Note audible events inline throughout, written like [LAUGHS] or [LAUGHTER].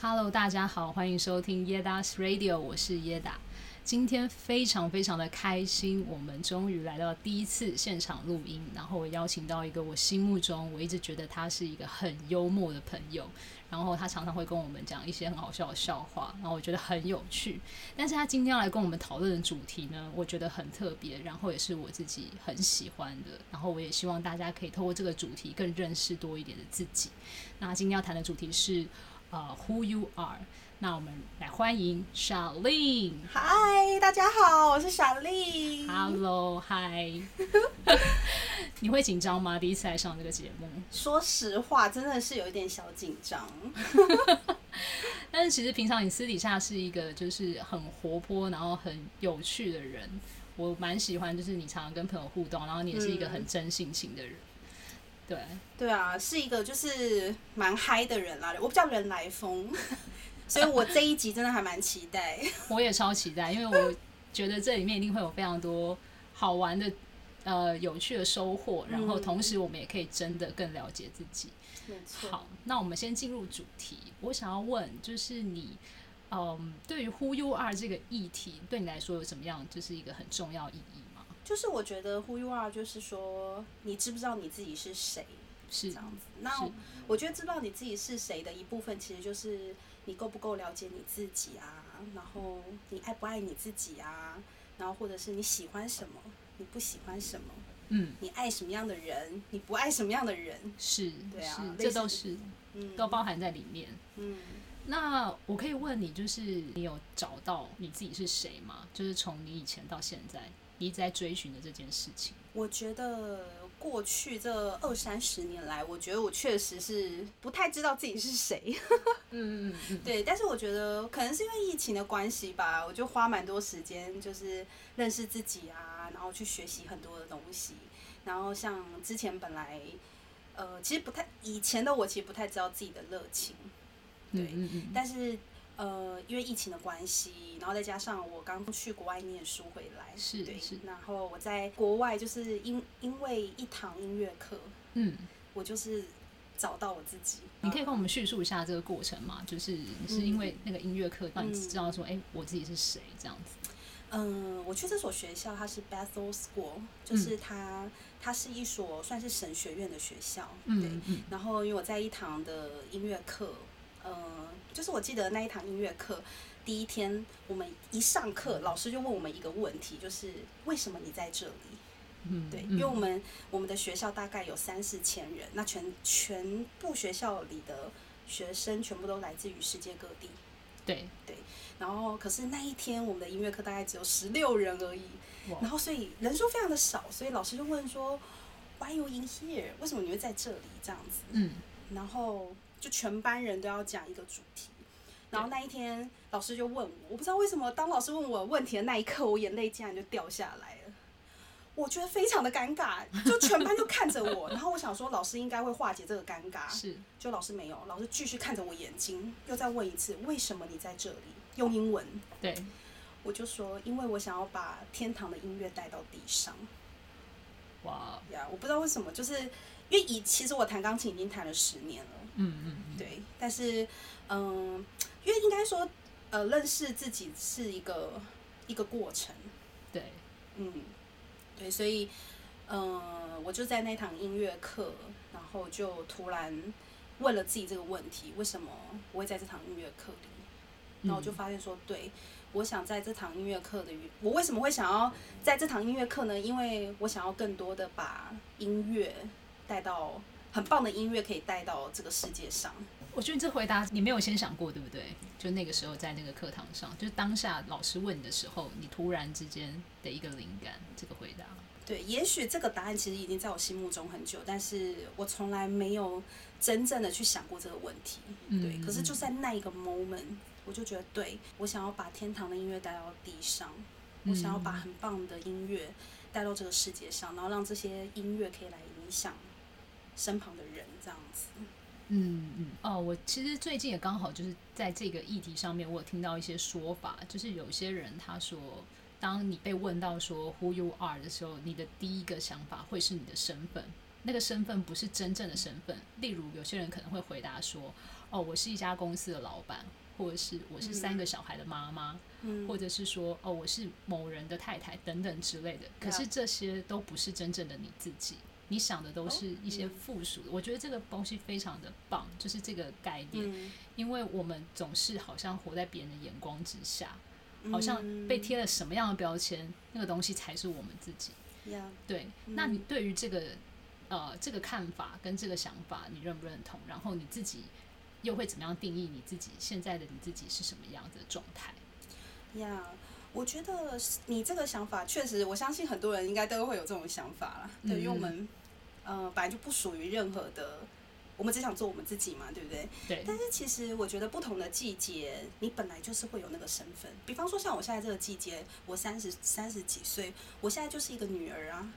Hello，大家好，欢迎收听 Yeda's Radio，我是 Yeda。今天非常非常的开心，我们终于来到第一次现场录音，然后我邀请到一个我心目中我一直觉得他是一个很幽默的朋友，然后他常常会跟我们讲一些很好笑的笑话，然后我觉得很有趣。但是他今天要来跟我们讨论的主题呢，我觉得很特别，然后也是我自己很喜欢的，然后我也希望大家可以透过这个主题更认识多一点的自己。那今天要谈的主题是呃 Who You Are。那我们来欢迎 Charlene。嗨，大家好，我是小丽。 Hello，嗨， [LAUGHS] 你会紧张吗？第一次来上这个节目，说实话，真的是有一点小紧张。但是其实平常你私底下是一个就是很活泼，然后很有趣的人，我蛮喜欢，就是你常常跟朋友互动，然后你也是一个很真性情的人。对，对啊，是一个就是蛮嗨的人啦，我比较人来疯，所以我这一集真的还蛮期待。我也超期待，因为我觉得这里面一定会有非常多好玩的、呃有趣的收获，然后同时我们也可以真的更了解自己。没好，那我们先进入主题。我想要问，就是你，嗯，对于 “Who You Are” 这个议题，对你来说有什么样，就是一个很重要意义吗？就是我觉得 Who You Are 就是说，你知不知道你自己是谁这是样子。那是我觉得知道你自己是谁的一部分，其实就是你够不够了解你自己啊，然后你爱不爱你自己啊，然后或者是你喜欢什么，你不喜欢什么。嗯，你爱什么样的人，你不爱什么样的人，是，对啊是，这类似都是嗯，都包含在里面。嗯，那我可以问你，就是你有找到你自己是谁吗？就是从你以前到现在，你一直在追寻的这件事情。我觉得过去这二三十年来，我觉得我确实是不太知道自己是谁，嗯嗯嗯，对，但是我觉得可能是因为疫情的关系吧，我就花蛮多时间就是认识自己啊，然后去学习很多的东西，然后像之前本来。呃，其实不太，以前的我其实不太知道自己的热情，对嗯嗯嗯，但是呃，因为疫情的关系，然后再加上我刚去国外念书回来，是对是，然后我在国外就是因因为一堂音乐课，嗯，我就是找到我自己。你可以跟我们叙述一下这个过程吗？就是你嗯是因为那个音乐课让你知道说，哎、我自己是谁这样子。嗯、我去这所学校，它是 Bethel School，就是嗯它、它是一所算是神学院的学校，对。嗯嗯然后因为我在一堂的音乐课，呃，就是我记得那一堂音乐课第一天，我们一上课，老师就问我们一个问题，就是为什么你在这里？嗯，对，嗯因为我们我们的学校大概有三四千人，那全全部学校里的学生全部都来自于世界各地。对，然后，可是那一天我们的音乐课大概只有十六人而已，哇然后所以人数非常的少，所以老师就问说，Why you in here？为什么你会在这里？这样子，嗯然后就全班人都要讲一个主题。然后那一天，老师就问我，我不知道为什么，当老师问我问题的那一刻，我眼泪竟然就掉下来了。我觉得非常的尴尬，就全班就看着我，然后我想说老师应该会化解这个尴尬，是，就老师没有，老师继续看着我眼睛，又再问一次为什么你在这里？用英文，对，我就说因为我想要把天堂的音乐带到地上。哇，呀、我不知道为什么，就是因为以其实我弹钢琴已经弹了十年了。嗯嗯嗯，对，但是嗯，因为应该说，呃，认识自己是一个一个过程，对，嗯，对，所以呃，我就在那堂音乐课，然后就突然问了自己这个问题：为什么我会在这堂音乐课里？那我就嗯发现说，对我想在这堂音乐课的原，我为什么会想要在这堂音乐课呢？因为我想要更多的把音乐带到很棒的音乐，可以带到这个世界上。我觉得你这回答你没有先想过，对不对？就那个时候在那个课堂上，就是当下老师问你的时候，你突然之间的一个灵感，这个回答。对，也许这个答案其实已经在我心目中很久，但是我从来没有真正的去想过这个问题。对，嗯可是就在那一个 moment，我就觉得，对我想要把天堂的音乐带到地上，我想要嗯把很棒的音乐带到这个世界上，然后让这些音乐可以来影响身旁的人，这样子。嗯嗯哦，我其实最近也刚好就是在这个议题上面，我有听到一些说法，就是有些人他说，当你被问到说 “Who you are” 的时候，你的第一个想法会是你的身份，那个身份不是真正的身份。例如，有些人可能会回答说：“哦，我是一家公司的老板，或者是我是三个小孩的妈妈，嗯，或者是说哦，我是某人的太太等等之类的。可是这些都不是真正的你自己，你想的都是一些嗯附属的。我觉得这个东西非常的棒，就是这个概念，嗯，因为我们总是好像活在别人的眼光之下，嗯好像被贴了什么样的标签，那个东西才是我们自己。嗯呀对，那你对于这个呃这个看法跟这个想法，你认不认同？然后你自己又会怎么样定义你自己现在的你自己是什么样子的状态？呀我觉得是你这个想法确实，我相信很多人应该都会有这种想法啦。对，因为我嗯们呃本来就不属于任何的，我们只想做我们自己嘛，对不对？对，但是其实我觉得不同的季节，你本来就是会有那个身份。比方说像我现在这个季节，我三十三十几岁，我现在就是一个女儿啊，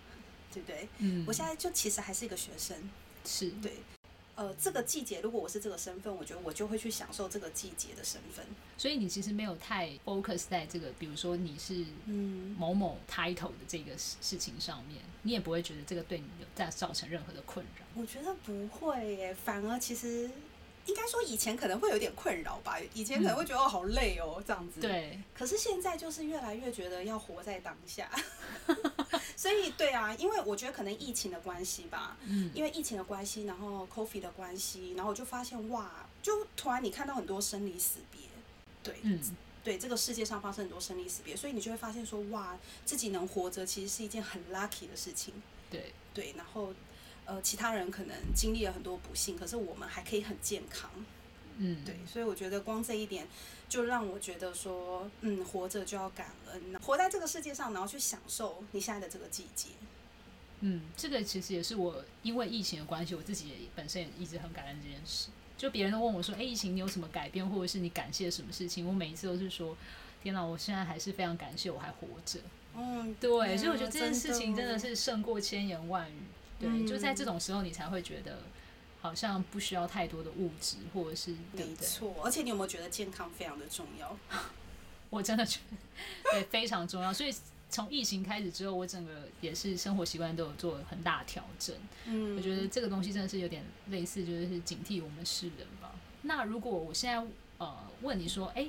对不对？嗯，我现在就其实还是一个学生，是对。呃，这个季节如果我是这个身份，我觉得我就会去享受这个季节的身份。所以你其实没有太 focus 在这个，比如说你是嗯，某某 title 的这个事事情上面，你也不会觉得这个对你有再造成任何的困扰。我觉得不会耶，反而其实应该说以前可能会有点困扰吧，以前可能会觉得、哦好累哦这样嗯子。。对，可是现在就是越来越觉得要活在当下， [LAUGHS] 所以对啊，因为我觉得可能疫情的关系吧，嗯，因为疫情的关系，然后 coffee 的关系，然后我就发现哇，就突然你看到很多生离死别，对，嗯，对，这个世界上发生很多生离死别，所以你就会发现说哇，自己能活着其实是一件很 lucky 的事情，对，对，然后呃，其他人可能经历了很多不幸，可是我们还可以很健康，嗯，对，所以我觉得光这一点就让我觉得说，嗯，活着就要感恩，活在这个世界上，然后去享受你现在的这个季节。嗯，这个其实也是我因为疫情的关系，我自己也本身也一直很感恩这件事。就别人都问我说：“哎、疫情你有什么改变，或者是你感谢什么事情？”我每一次都是说：“天哪，我现在还是非常感谢我还活着。嗯，”对，呀所以我觉得这件事情真的的是胜过千言万语。对，嗯就在这种时候，你才会觉得好像不需要太多的物质，或者是对没不对？错。而且你有没有觉得健康非常的重要？我真的觉得对非常重要。所以从疫情开始之后，我整个也是生活习惯都有做很大的调整。嗯我觉得这个东西真的是有点类似，就是警惕我们世人吧。那如果我现在呃问你说，哎、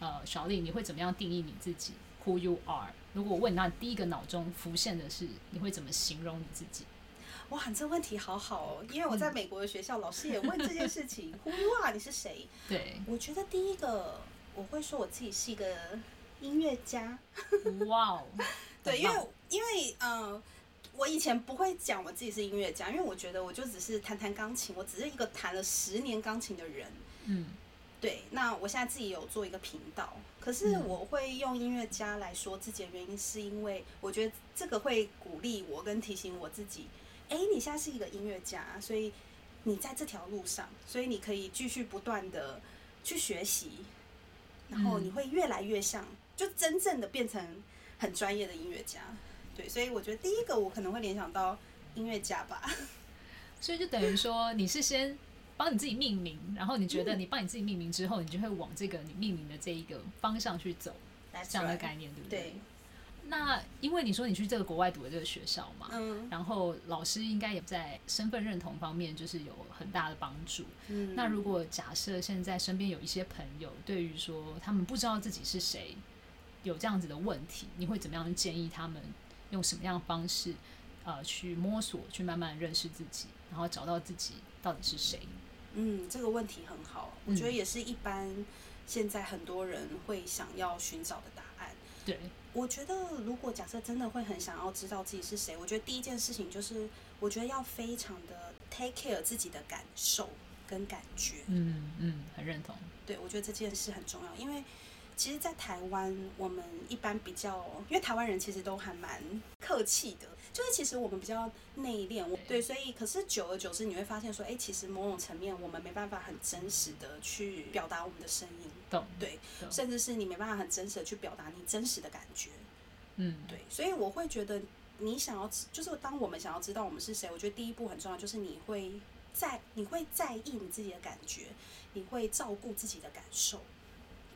呃，小丽，你会怎么样定义你自己？Who you are？如果我问你，那第一个脑中浮现的是，你会怎么形容你自己？哇，你这问题好好哦，因为我在美国的学校，老师也问这件事情，Who you are？你是谁？对，我觉得第一个我会说我自己是一个音乐家。 [LAUGHS] 哇哦，对，很因为棒因为呃，我以前不会讲我自己是音乐家，因为我觉得我就只是弹弹钢琴，我只是一个弹了十年钢琴的人。嗯对，那我现在自己有做一个频道，可是嗯我会用音乐家来说自己的原因，是因为我觉得这个会鼓励我跟提醒我自己，哎，你现在是一个音乐家，所以你在这条路上，所以你可以继续不断的去学习，然后嗯你会越来越像，就真正的变成很专业的音乐家。对，所以我觉得第一个我可能会联想到音乐家吧。所以就等于说，你是先帮你自己命名，然后你觉得你帮你自己命名之后，你就会往这个你命名的这一个方向去走，这样的 That's right 概念，对不对，那因为你说你去这个国外读的这个学校嘛，嗯然后老师应该也在身份认同方面就是有很大的帮助。嗯那如果假设现在身边有一些朋友，对于说他们不知道自己是谁，有这样子的问题，你会怎么样建议他们用什么样的方式，呃，去摸索，去慢慢认识自己，然后找到自己到底是谁？嗯，这个问题很好，我觉得也是一般现在很多人会想要寻找的答案。对，我觉得，如果假设真的会很想要知道自己是谁，我觉得第一件事情就是，我觉得要非常的 take care 自己的感受跟感觉。嗯嗯，很认同。对，我觉得这件事很重要，因为其实，在台湾，我们一般比较，因为台湾人其实都还蛮客气的，就是其实我们比较内敛，我对，所以可是久而久之，你会发现说，哎，其实某种层面，我们没办法很真实的去表达我们的声音，懂，对懂，甚至是你没办法很真实的去表达你真实的感觉，嗯，对，所以我会觉得，你想要知，就是当我们想要知道我们是谁，我觉得第一步很重要，就是你会在你会在意你自己的感觉，你会照顾自己的感受，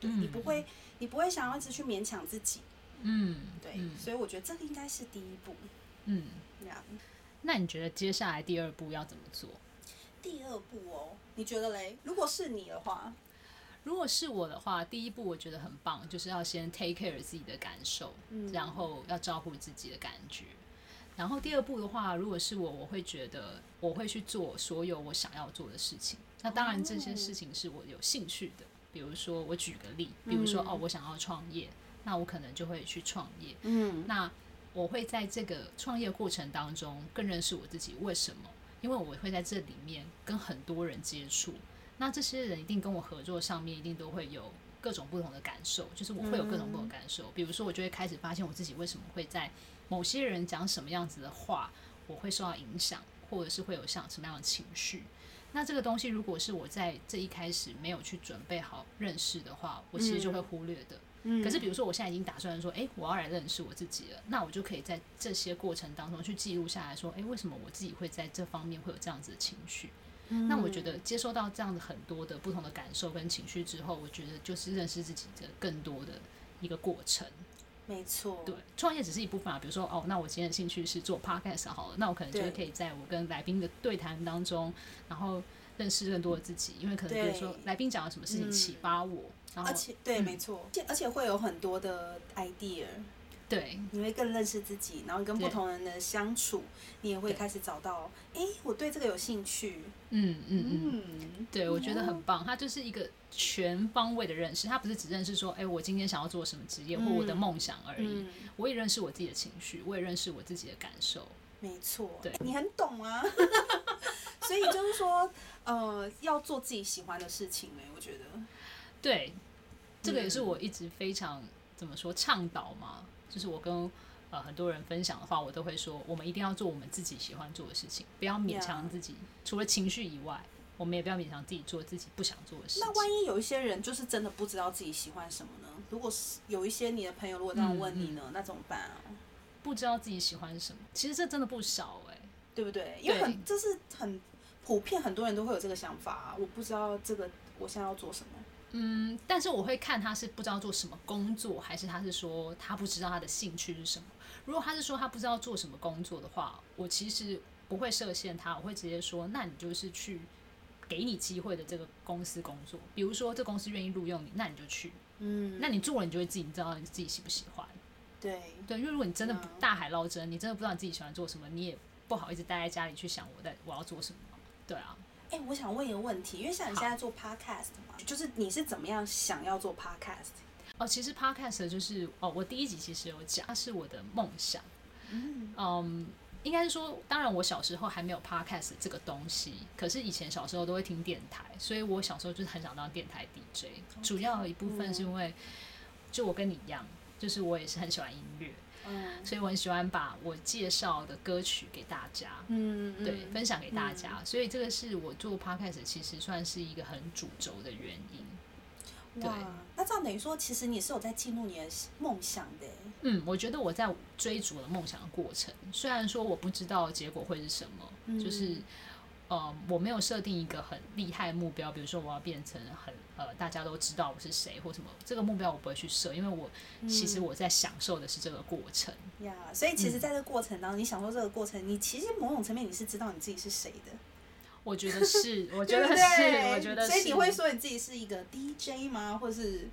对、嗯你不会，你不会想要一直去勉强自己，嗯，对，嗯所以我觉得这个应该是第一步，嗯。这样。那你觉得接下来第二步要怎么做？第二部哦，你觉得嘞？如果是你的话，如果是我的话，第一步我觉得很棒，就是要先 take care 自己的感受，嗯然后要照顾自己的感觉。然后第二步的话，如果是我，我会觉得我会去做所有我想要做的事情。那当然，这些事情是我有兴趣的。比如说，我举个例，比如说、哦，我想要创业，那我可能就会去创业。嗯，那我会在这个创业过程当中更认识我自己，为什么？因为我会在这里面跟很多人接触，那这些人一定跟我合作上面一定都会有各种不同的感受，就是我会有各种不同的感嗯受。比如说，我就会开始发现我自己为什么会在某些人讲什么样子的话，我会受到影响，或者是会有像什么样的情绪。那这个东西，如果是我在这一开始没有去准备好认识的话，我其实就会忽略的。嗯可是比如说，我现在已经打算说，诶，哎我要来认识我自己了，那我就可以在这些过程当中去记录下来说，哎诶，为什么我自己会在这方面会有这样子的情绪？嗯那我觉得接收到这样的很多的不同的感受跟情绪之后，我觉得就是认识自己的更多的一个过程。嗯没错，对，创业只是一部分啊。比如说，哦，那我今天的兴趣是做 podcast 好了，那我可能就会对可以在我跟来宾的对谈当中，然后认识更多的自己，因为可能比如说对来宾讲了什么事情嗯启发我，然后而且对，嗯没错，而且而且会有很多的 idea，对你会更认识自己，然后跟不对同人的相处，你也会对开始找到，哎，我对这个有兴趣，嗯嗯嗯，嗯，对我觉得很棒。它就是一个全方位的认识，它不是只认识说，哎，我今天想要做什么职业或我的嗯梦想而已。嗯，我也认识我自己的情绪，我也认识我自己的感受。没错，对诶你很懂啊， [LAUGHS] 所以就是说，呃，要做自己喜欢的事情哎，我觉得，对，这个也是嗯我一直非常怎么说倡导嘛，就是我跟呃很多人分享的话，我都会说，我们一定要做我们自己喜欢做的事情，不要勉 Yeah 强自己。除了情绪以外，我们也不要勉强自己做自己不想做的事那情。万一有一些人就是真的不知道自己喜欢什么呢？如果是有一些你的朋友如果这样问你呢，嗯那怎么办啊？不知道自己喜欢什么，其实这真的不少哎、对不对？因为很对这是很普遍，很多人都会有这个想法、啊。我不知道这个我现在要做什么。嗯，但是我会看他是不知道做什么工作，还是他是说他不知道他的兴趣是什么。如果他是说他不知道做什么工作的话，我其实不会设限他，我会直接说，那你就是去给你机会的这个公司工作。比如说这公司愿意录用你，那你就去。嗯那你做了，你就会自己知道你自己喜不喜欢。对，对，因为如果你真的不嗯大海捞针，你真的不知道你自己喜欢做什么，你也不好一直待在家里去想我在我要做什么。对啊，哎、我想问一个问题，因为像你好现在做 podcast 嘛，就是你是怎么样想要做 podcast？哦，其实 podcast 就是哦，我第一集其实有讲，它是我的梦想。嗯嗯，应该是说，当然我小时候还没有 podcast 这个东西，可是以前小时候都会听电台，所以我小时候就是很想当电台 DJ。主要有一部分是因哦为，就我跟你一样，就是我也是很喜欢音乐，嗯所以我很喜欢把我介绍的歌曲给大家。嗯对，分享给大家，所以这个是我做 podcast 其实算是一个很主轴的原因。对哇，那这样等于说，其实你是有在进入你的梦想的耶。嗯，我觉得我在追逐我的梦想的过程，虽然说我不知道结果会是什么，就是嗯呃，我没有设定一个很厉害的目标，比如说我要变成很呃大家都知道我是谁或什么，这个目标我不会去设，因为我、嗯其实我在享受的是这个过程。呀所以嗯其实，在这个过程当中，你享受这个过程，你其实某种层面你是知道你自己是谁的，我觉得 [LAUGHS] 是，我觉得对不是，对我觉得是。所以你会说你自己是一个 DJ 吗？或者是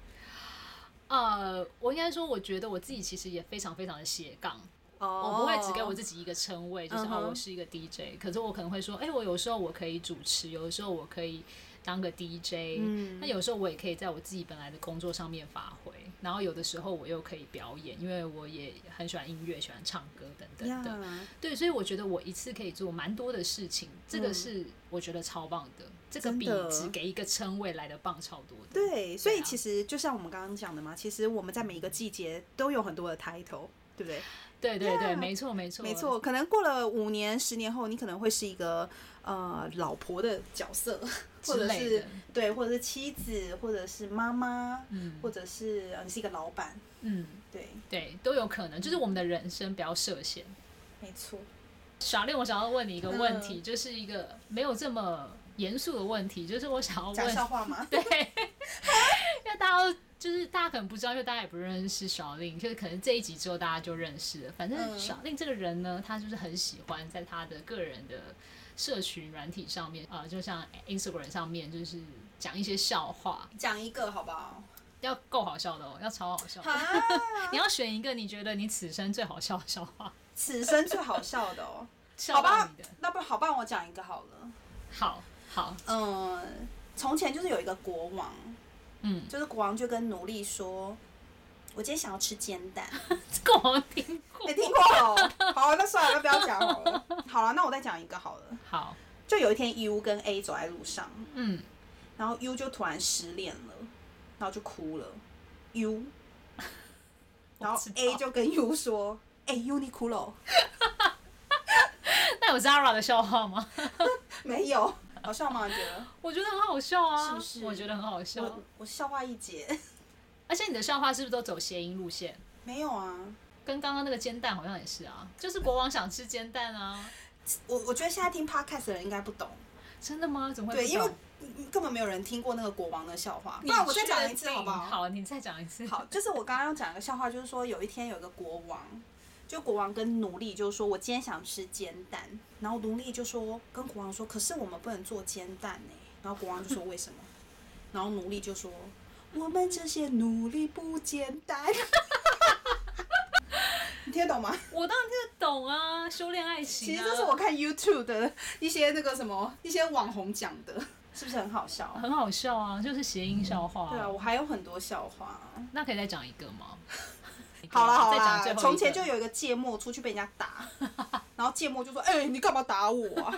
呃，我应该说，我觉得我自己其实也非常非常的斜杠，哦我不会只给我自己一个称谓，就是、哦嗯哦，哼我是一个 DJ。可是我可能会说，哎、我有时候我可以主持，有时候我可以当个 DJ，、嗯那有时候我也可以在我自己本来的工作上面发挥，然后有的时候我又可以表演，因为我也很喜欢音乐，喜欢唱歌等等的。呀对，所以我觉得我一次可以做蛮多的事情，这个嗯是我觉得超棒的，这个真比的只给一个称谓来的棒超多的。对，所以啊其实就像我们刚刚讲的嘛，其实我们在每一个季节都有很多的 title，对不对？对对对， Yeah，没错没错没错，可能过了五年、十年后，你可能会是一个呃老婆的角色， [LAUGHS] 或之者类是的。对，或者是妻子，或者是妈妈，嗯或者是呃你是一个老板，嗯，对，对，都有可能，就是我们的人生不要设限。没错。小令，我想要问你一个问嗯题，就是一个没有这么严肃的问题，就是我想要讲笑 [LAUGHS] 问，话吗？对，因为大家都就是大家可能不知道，因为大家也不认识小令，就是可能这一集之后大家就认识了。反正嗯小令这个人呢，他就是很喜欢在他的个人的社群软体上面，呃，就像 Instagram 上面，就是讲一些笑话，讲一个好 [LAUGHS] 不好？要够好笑的哦，要超好笑。啊，你要选一个你觉得你此生最好笑的笑话，此生最好笑 [LAUGHS] 的哦。笑好到吧你的。，那不好吧，我讲一个好了。好好， [LAUGHS] 嗯，从前就是有一个国王，嗯，就是国王就跟奴隶说：“我今天想要吃煎蛋。”这个我听过 [LAUGHS] 没。听过哦。好，那算了，那不要讲好了。好了，那我再讲一个好了。好，就有一天，U 跟 A 走在路上，嗯，然后 U 就突然失恋了，然后就哭了。U，然后我知道 A 就跟 U 说：“哎、u 你哭了哦？ [LAUGHS] 那有 Zara 的笑话吗？没有，好笑吗？你觉得？我觉得很好笑啊，是不是我觉得很好笑我，我笑话一节，而且你的笑话是不是都走谐音路线？没有啊。跟刚刚那个煎蛋好像也是啊，就是国王想吃煎蛋啊，我我觉得现在听 podcast 的人应该不懂，真的吗？怎么会不懂？对，因为根本没有人听过那个国王的笑话。你那我再确定讲一次好不好？好，你再讲一次。好，就是我刚刚要讲一个笑话，就是说有一天有一个国王，就国王跟奴隶就说：“我今天想吃煎蛋。”然后奴隶就说跟国王说：“可是我们不能做煎蛋呢、然后国王就说：“为什么？”然后奴隶就说：“我们这些奴隶不简单。” [LAUGHS] 你听得懂吗？我当然听得懂啊，修炼爱情、其啊。实这是我看 YouTube 的一些那个什么一些网红讲的，是不是很好笑？ [LAUGHS] 很好笑啊，就是谐音笑话、对啊，，我还有很多笑话。啊那可以再讲一个吗？ [LAUGHS] 好啦好再讲啦最，后一从前个就有一个芥末出去被人家打， [LAUGHS] 然后芥末就说：“哎、你干嘛打我啊？”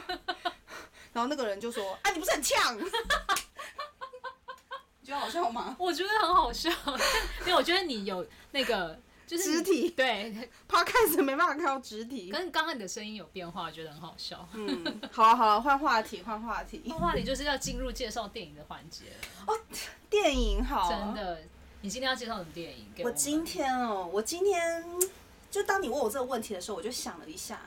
[LAUGHS] 然后那个人就说：“啊，你不是很呛？” [LAUGHS] 你觉得好笑吗？我觉得很好笑， [LAUGHS] 因为我觉得你有那个就是肢你体对， ，Podcast 没办法看到肢体。跟刚刚你的声音有变化，我觉得很好笑。嗯，好了好了，换话题，换话题。话你就是要进入介绍电影的环节了，电影好，啊真。的。你今天要介绍什么电影给我们今天哦，我今天就当你问我这个问题的时候，我就想了一下。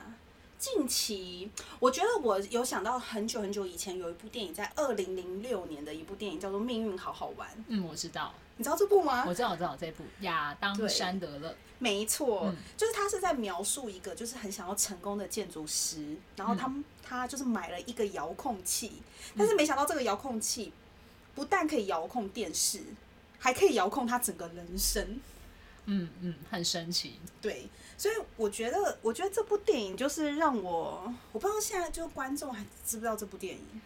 近期，我觉得我有想到很久很久以前有一部电影，在二零零六年的一部电影叫做《命运好好玩》，嗯，我知道，你知道这部吗？我知道，我知道这部《亚当·对山德勒》。没错，嗯就是他是在描述一个就是很想要成功的建筑师，然后他、嗯他就是买了一个遥控器，但是没想到这个遥控器不但可以遥控电视，还可以遥控他整个人生。嗯嗯，很神奇。对，所以我觉得，我觉得这部电影就是让我，我不知道现在就是观众还知不知道这部电影。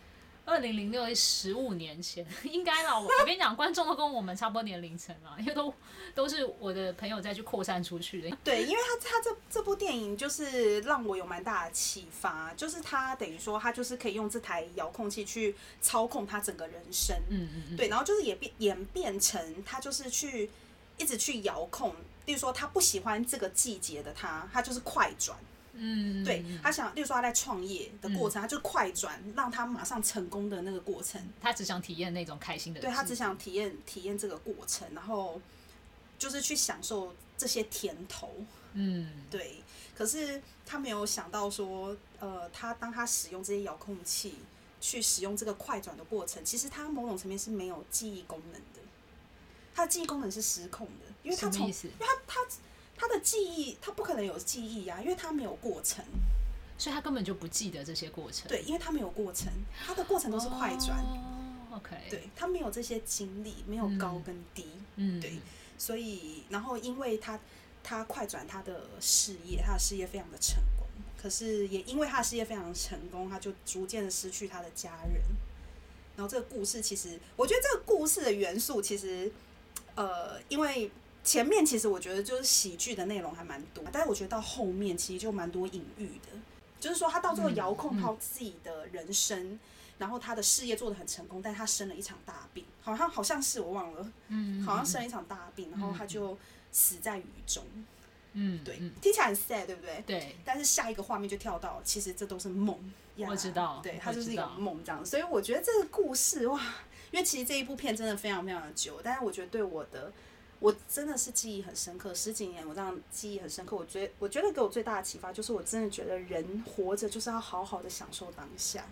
二零零六十五年前应该啦，我我跟你讲，观众都跟我们差不多年龄层啦，因为都都是我的朋友再去扩散出去的。对，因为他他这这部电影就是让我有蛮大的启发，就是他等于说他就是可以用这台遥控器去操控他整个人生。嗯嗯嗯，对，然后就是也变演变成他就是去一直去遥控，例如说他不喜欢这个季节的他，他就是快转，嗯，对嗯嗯嗯他想，例如说他在创业的过程，他就快转，让他马上成功的那个过程，他只想体验那种开心的日子，对他只想体验体验这个过程，然后就是去享受这些甜头，嗯，对，可是他没有想到说，呃，他当他使用这些遥控器去使用这个快转的过程，其实他某种层面是没有记忆功能的，他的记忆功能是失控的，因为什他么意从思？他的记忆，他不可能有记忆啊，因为他没有过程，所以他根本就不记得这些过程，，对，因为他没有过程，他的过程都是快转，哦、OK，，对他没有这些经历，没有高跟低，嗯，对所以然后因为他他快转他的事业，他的事业非常的成功，可是也因为他的事业非常成功，他就逐渐的失去他的家人。然后这个故事其实，我觉得这个故事的元素其实，呃，因为前面其实我觉得就是喜剧的内容还蛮多，但是我觉得到后面其实就蛮多隐喻的，就是说他到最后遥控他自己的人生，然后他的事业做得很成功，但他生了一场大病，好像好像是我忘了，嗯，嗯好像生了一场大病，然后他就死在雨中。嗯，对嗯，听起来很 sad，对不对？对，但是下一个画面就跳到，其实这都是梦。呀我知道对，我它就是知一个道梦这样。所以我觉得这个故事哇，因为其实这一部片真的非常非常的久，但是我觉得对我的，我真的是记忆很深刻。十几年我这样记忆很深刻，我觉得我觉得给我最大的启发就是，我真的觉得人活着就是要好好的享受当下。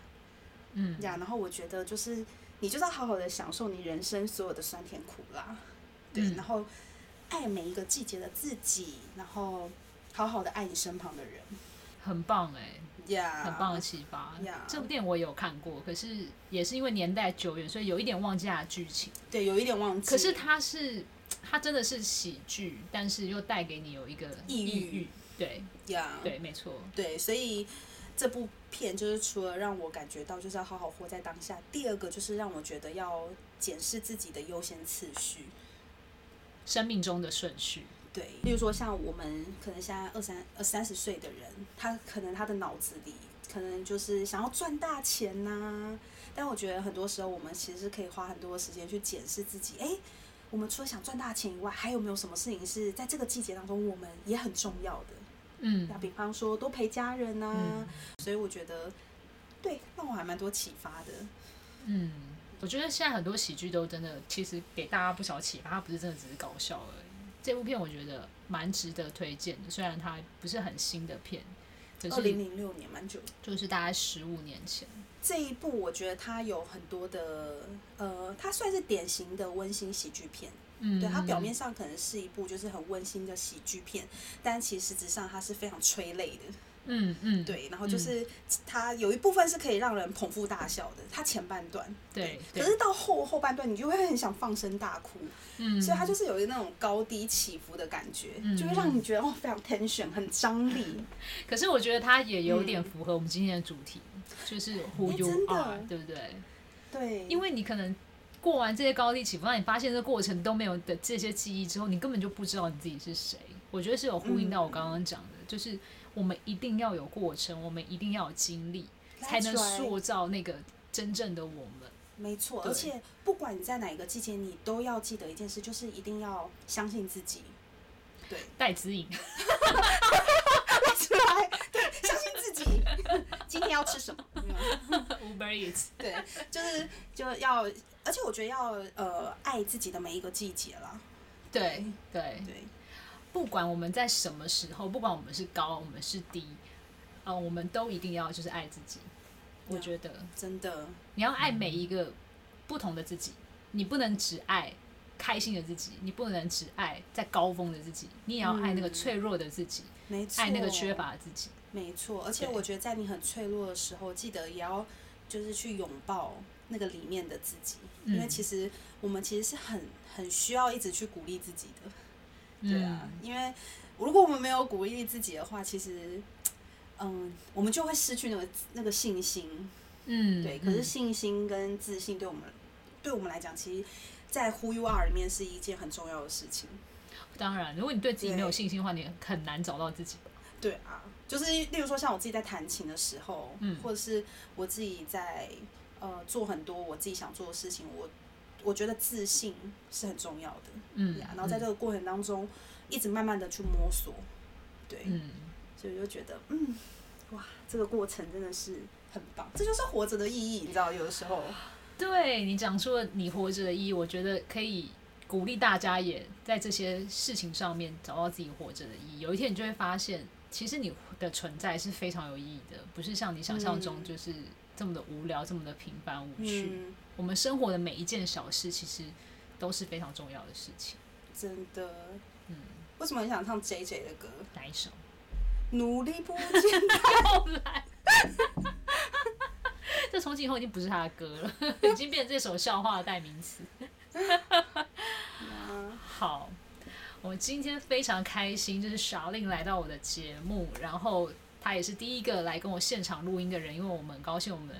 嗯，呀，然后我觉得就是你就是要好好的享受你人生所有的酸甜苦辣，对，嗯然后爱每一个季节的自己，然后好好的爱你身旁的人，很棒哎、呀，很棒的启发。 Yeah 这部电影我有看过，可是也是因为年代久远，所以有一点忘记它的剧情。对，有一点忘记。可是它是，它真的是喜剧，但是又带给你有一个抑郁嗯对呀对，没错。对，所以这部片就是除了让我感觉到就是要好好活在当下，第二个就是让我觉得要检视自己的优先次序。生命中的顺序，对，例如说像我们可能现在二三二三十岁的人，他可能他的脑子里可能就是想要赚大钱呐、但我觉得很多时候我们其实是可以花很多时间去检视自己，哎，我们除了想赚大钱以外，还有没有什么事情是在这个季节当中我们也很重要的？嗯那比方说多陪家人呐、嗯所以我觉得，对，让我还蛮多启发的。嗯，我觉得现在很多喜剧都真的其实给大家不少启发，它不是真的只是搞笑而已。这部片我觉得蛮值得推荐的，虽然它不是很新的片，可二零是零六年蛮久的，就是大概十五年前，这一部我觉得它有很多的，呃，它算是典型的温馨喜剧片。嗯，对，它表面上可能是一部就是很温馨的喜剧片，但其实实质上它是非常催泪的。嗯嗯，对，然后就是它有一部分是可以让人捧腹大笑的，它前半段。对，可对，是到后后半段，你就会很想放声大哭。嗯，所以它就是有那种高低起伏的感觉，嗯就会让你觉得哦非常 tension，很张 [LAUGHS] 力。可是我觉得它也有点符合我们今天的主题，就是 Who 哎 You 真的 Are，对不对？对，因为为你可能过完这些高低起伏，让你发现这个过程都没有的这些记忆之后，你根本就不知道你自己是谁。我觉得是有呼嗯应到我刚刚讲的，就是我们一定要有过程，我们一定要有经历，才能塑造那个真正的我们。没错，对而且不管你在哪一个季节，你都要记得一件事，就是一定要相信自己。 [LAUGHS] 对，戴子颖，出来，对，相信自 [LAUGHS] 己。今天要吃什么？没有 Uber Eats，对，就是就要，而且我觉得要呃爱自己的每一个季节啦。对对，对，不管我们在什么时候，不管我们是高，我们是低，呃，我们都一定要就是爱自己。我觉得真的，你要爱每一个不同的自己，你不能只爱开心的自己，你不能只爱在高峰的自己，你也要爱那个脆弱的自己，没错，爱那个缺乏的自己。没错，而且对我觉得在你很脆弱的时候，记得也要就是去拥抱那个里面的自己，因为嗯其实我们其实是很很需要一直去鼓励自己的，对啊，因为如果我们没有鼓励自己的话，其实。嗯，我们就会失去那个那个信心，嗯，嗯，对。可是信心跟自信对我们对我们来讲，其实，在 Who You Are 里面是一件很重要的事情。当然，如果你对自己没有对信心的话，你很难找到自己。对啊，就是例如说像我自己在弹琴的时候，嗯或者是我自己在呃做很多我自己想做的事情，我我觉得自信是很重要的。嗯对啊，然后在这个过程当中，一直慢慢的去摸索，对，嗯，所以我就觉得嗯，哇，这个过程真的是很棒，这就是活着的意义，你知道，有的时候，对你讲出了你活着的意义，我觉得可以鼓励大家也在这些事情上面找到自己活着的意义。有一天你就会发现，其实你的存在是非常有意义的，不是像你想象中嗯就是这么的无聊、这么的平凡无趣。嗯，我们生活的每一件小事，其实都是非常重要的事情。真的，嗯，为什么很想唱 J J 的歌？哪一首？努力不懈， [LAUGHS] 这从今以后已经不是他的歌了， [LAUGHS] 已经变成这首笑话的代名词。啊好，我今天非常开心，就是小令来到我的节目，然后他也是第一个来跟我现场录音的人，因为我们很高兴我们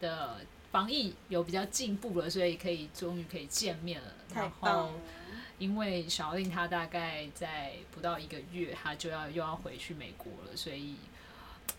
的防疫有比较进步了，所以可以终于可以见面了。太然棒后了，因为小令他大概在不到一个月，他就要又要回去美国了，所以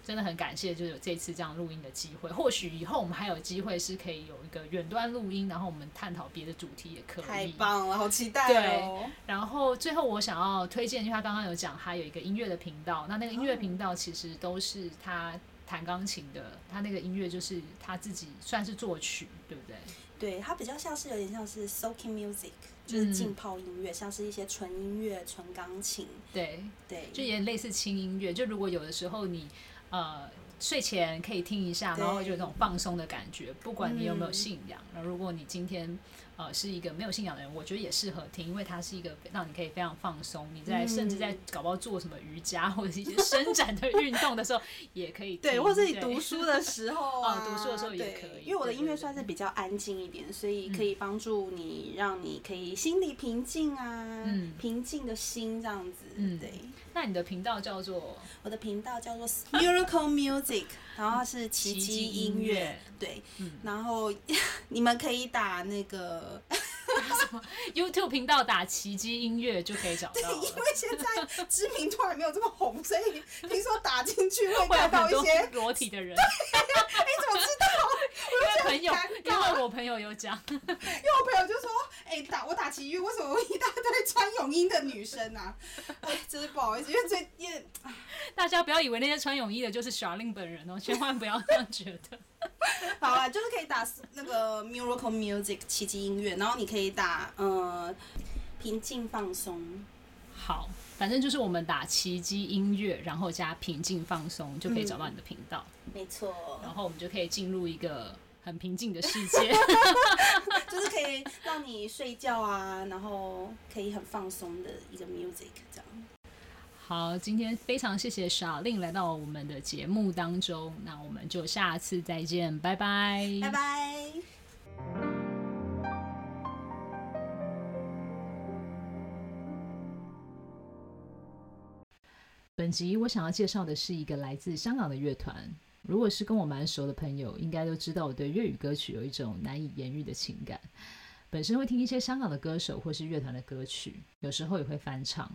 真的很感谢，就是有这次这样录音的机会。或许以后我们还有机会是可以有一个远端录音，然后我们探讨别的主题也可以。太棒了，好期待对哦！然后最后我想要推荐，因为他刚刚有讲，他有一个音乐的频道，那那个音乐频道其实都是他弹钢琴的，他那个音乐就是他自己算是作曲，对不对？嗯对，它比较像是有点像是 soaking music，就是浸泡音乐，像是一些纯音乐、纯钢琴，对，对，就有点类似轻音乐。就如果有的时候你呃睡前可以听一下，对然后就有那种放松的感觉，不管你有没有嗯信仰。那、如果你今天呃是一个没有信仰的人，我觉得也适合听，因为它是一个让你可以非常放松，你嗯在、甚至在搞不好做什么瑜伽 [LAUGHS] 或者是一些伸展的运动的时候，也可以听对，或者是你读书的时候啊， [LAUGHS] 哦读书的时候也对可以因为我的对音乐对嗯算是比较安静一点，所以可以帮助你，让你可以心里平静啊，嗯平静的心这样子。嗯对，那你的频道叫做我的频道叫做 [LAUGHS] Miracle Music，然后是奇迹音乐。，对，嗯然后 [LAUGHS] 你们可以打那个， YouTube 频道打奇迹音乐就可以找到 [LAUGHS] 因了。为现在知名度还没有这么红，所以听说打进去会会有看到很一 [LAUGHS] 多些，哎，裸体的人，你怎么知道？ [LAUGHS] 因为朋友很尴，因为我朋友有讲，因为我朋友就说，哎、打我打奇遇，为什么有一大堆穿泳衣的女生啊？ [LAUGHS] 哎，真是不好意思，因为最因为大家不要以为那些穿泳衣的就是 s h a r l i n 本人哦，千万不要这样觉得。好啦，就是可以打那个 Miracle Music 奇迹音乐，然后你可以打呃平静放松，好，反正就是我们打奇迹音乐，然后加平静放松，就可以嗯找到你的频道，没错，然后我们就可以进入一个很平静的世界。 [LAUGHS] 就是可以让你睡觉啊，然后可以很放松的一个 music 这样。好，今天非常谢谢 s h a r l i n 来到我们的节目当中，那我们就下次再见，拜拜，拜拜。本集我想要介绍的是一个来自香港的乐团。如果是跟我蛮熟的朋友，应该都知道我对粤语歌曲有一种难以言喻的情感。本身会听一些香港的歌手或是乐团的歌曲，有时候也会翻唱。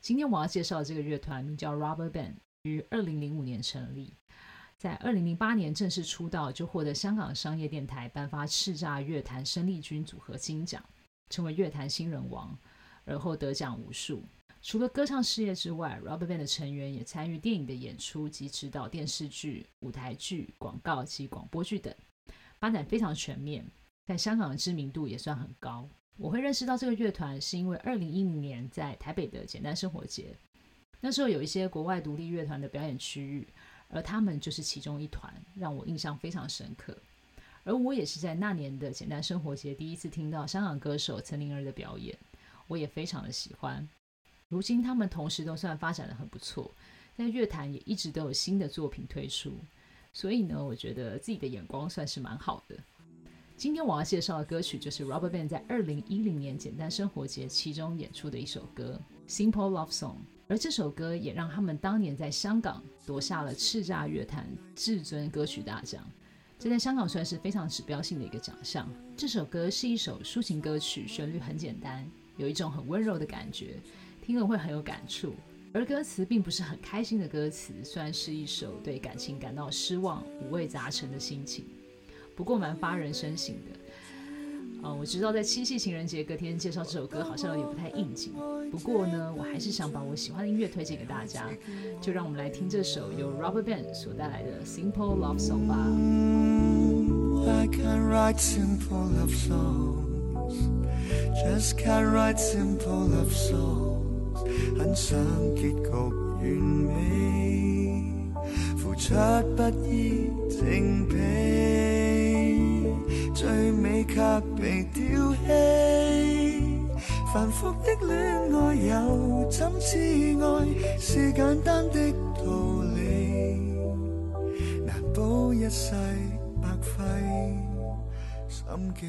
今天我要介绍的这个乐团名叫 Rubber Band，于二零零五年成立，在二零零八年正式出道，就获得香港商业电台颁发叱咤乐坛生力军组合金奖，成为乐坛新人王，而后得奖无数。除了歌唱事业之外，RubberBand 的成员也参与电影的演出及指导电视剧、舞台剧、广告及广播剧等，发展非常全面，在香港的知名度也算很高。我会认识到这个乐团，是因为2010年在台北的简单生活节，那时候有一些国外独立乐团的表演区域，而他们就是其中一团，让我印象非常深刻。而我也是在那年的简单生活节第一次听到香港歌手岑宁儿的表演，我也非常的喜欢。如今他们同时都算发展的很不错，在乐坛也一直都有新的作品推出，所以呢，我觉得自己的眼光算是蛮好的。今天我要介绍的歌曲就是 RubberBand 在二零一零年简单生活节其中演出的一首歌《Simple Love Song》，而这首歌也让他们当年在香港夺下了叱咤乐坛至尊歌曲大奖。这在香港算是非常指标性的一个奖项。这首歌是一首抒情歌曲，旋律很简单，有一种很温柔的感觉，听了会很有感触。而歌词并不是很开心的歌词，算是一首对感情感到失望、五味杂陈的心情，不过蛮发人深省的。呃，我知道在七夕情人节隔天介绍这首歌好像有点不太应景，不过呢，我还是想把我喜欢的音乐推荐给大家，就让我们来听这首由 RubberBand 所带来的《Simple Love Song》吧。 I can write simple love songs. Just can write simple love songs. 很想結局完美，付出不依正比，最尾卻被丟棄。繁複的戀愛又怎知愛是簡單的道理？難保一世白費心機。